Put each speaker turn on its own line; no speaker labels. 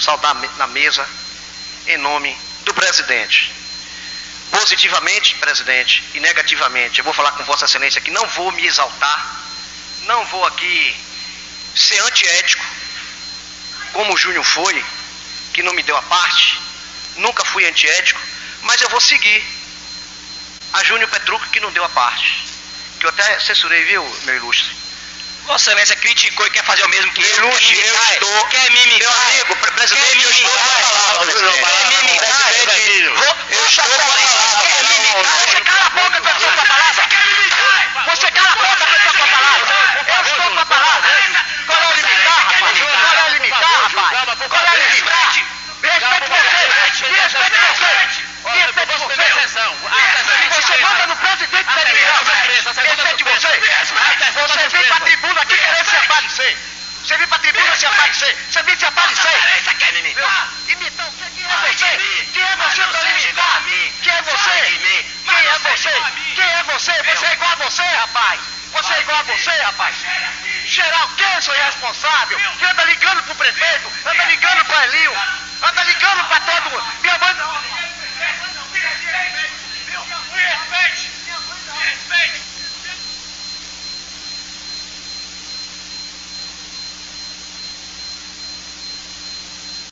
saudar na mesa em nome do presidente. Positivamente, presidente, e negativamente, eu vou falar com Vossa Excelência que não vou me exaltar, não vou aqui ser antiético, como o Júnior foi, que não me deu a parte, nunca fui antiético, mas eu vou seguir a Júnior Petrucco, que não deu a parte, que eu até censurei, viu, meu ilustre?
Vossa Excelência criticou e quer fazer o mesmo que eu.
Ilustre, eu
Quer mimicar?
estou-
Quer mimicar?
Meu amigo, pre- presidente,
Quer
eu estou com a
mimicar?
palavra,
Quer
Júnior, palavra,
mimicar?
presidente,
Vou-
eu
Vossa
estou com a
Excelência,
palavra,
quer
não,
mimicar?
não.
Você cala a boca, pessoa com a palavra. Você cala a boca, pessoa com a palavra. Eu estou com a palavra. Qual é o limitar, rapaz? Qual é o limitar, rapaz? Qual é o limitar? Respeite você, respeite você, respeite você. Você manda no presidente da direção, respeite você. Você vem pra tribuna aqui querer se aparecer. Você vem pra tribuna se aparecer. Você vem se aparecer. quer limitar? Imitar o quê? Quem é você? Quem é você pra limitar? Quem é você? Quem é você? Quem é você? Você é igual a você, rapaz. Você é igual a você, rapaz. Geral, quem é seu responsável? Que anda ligando pro prefeito, anda ligando.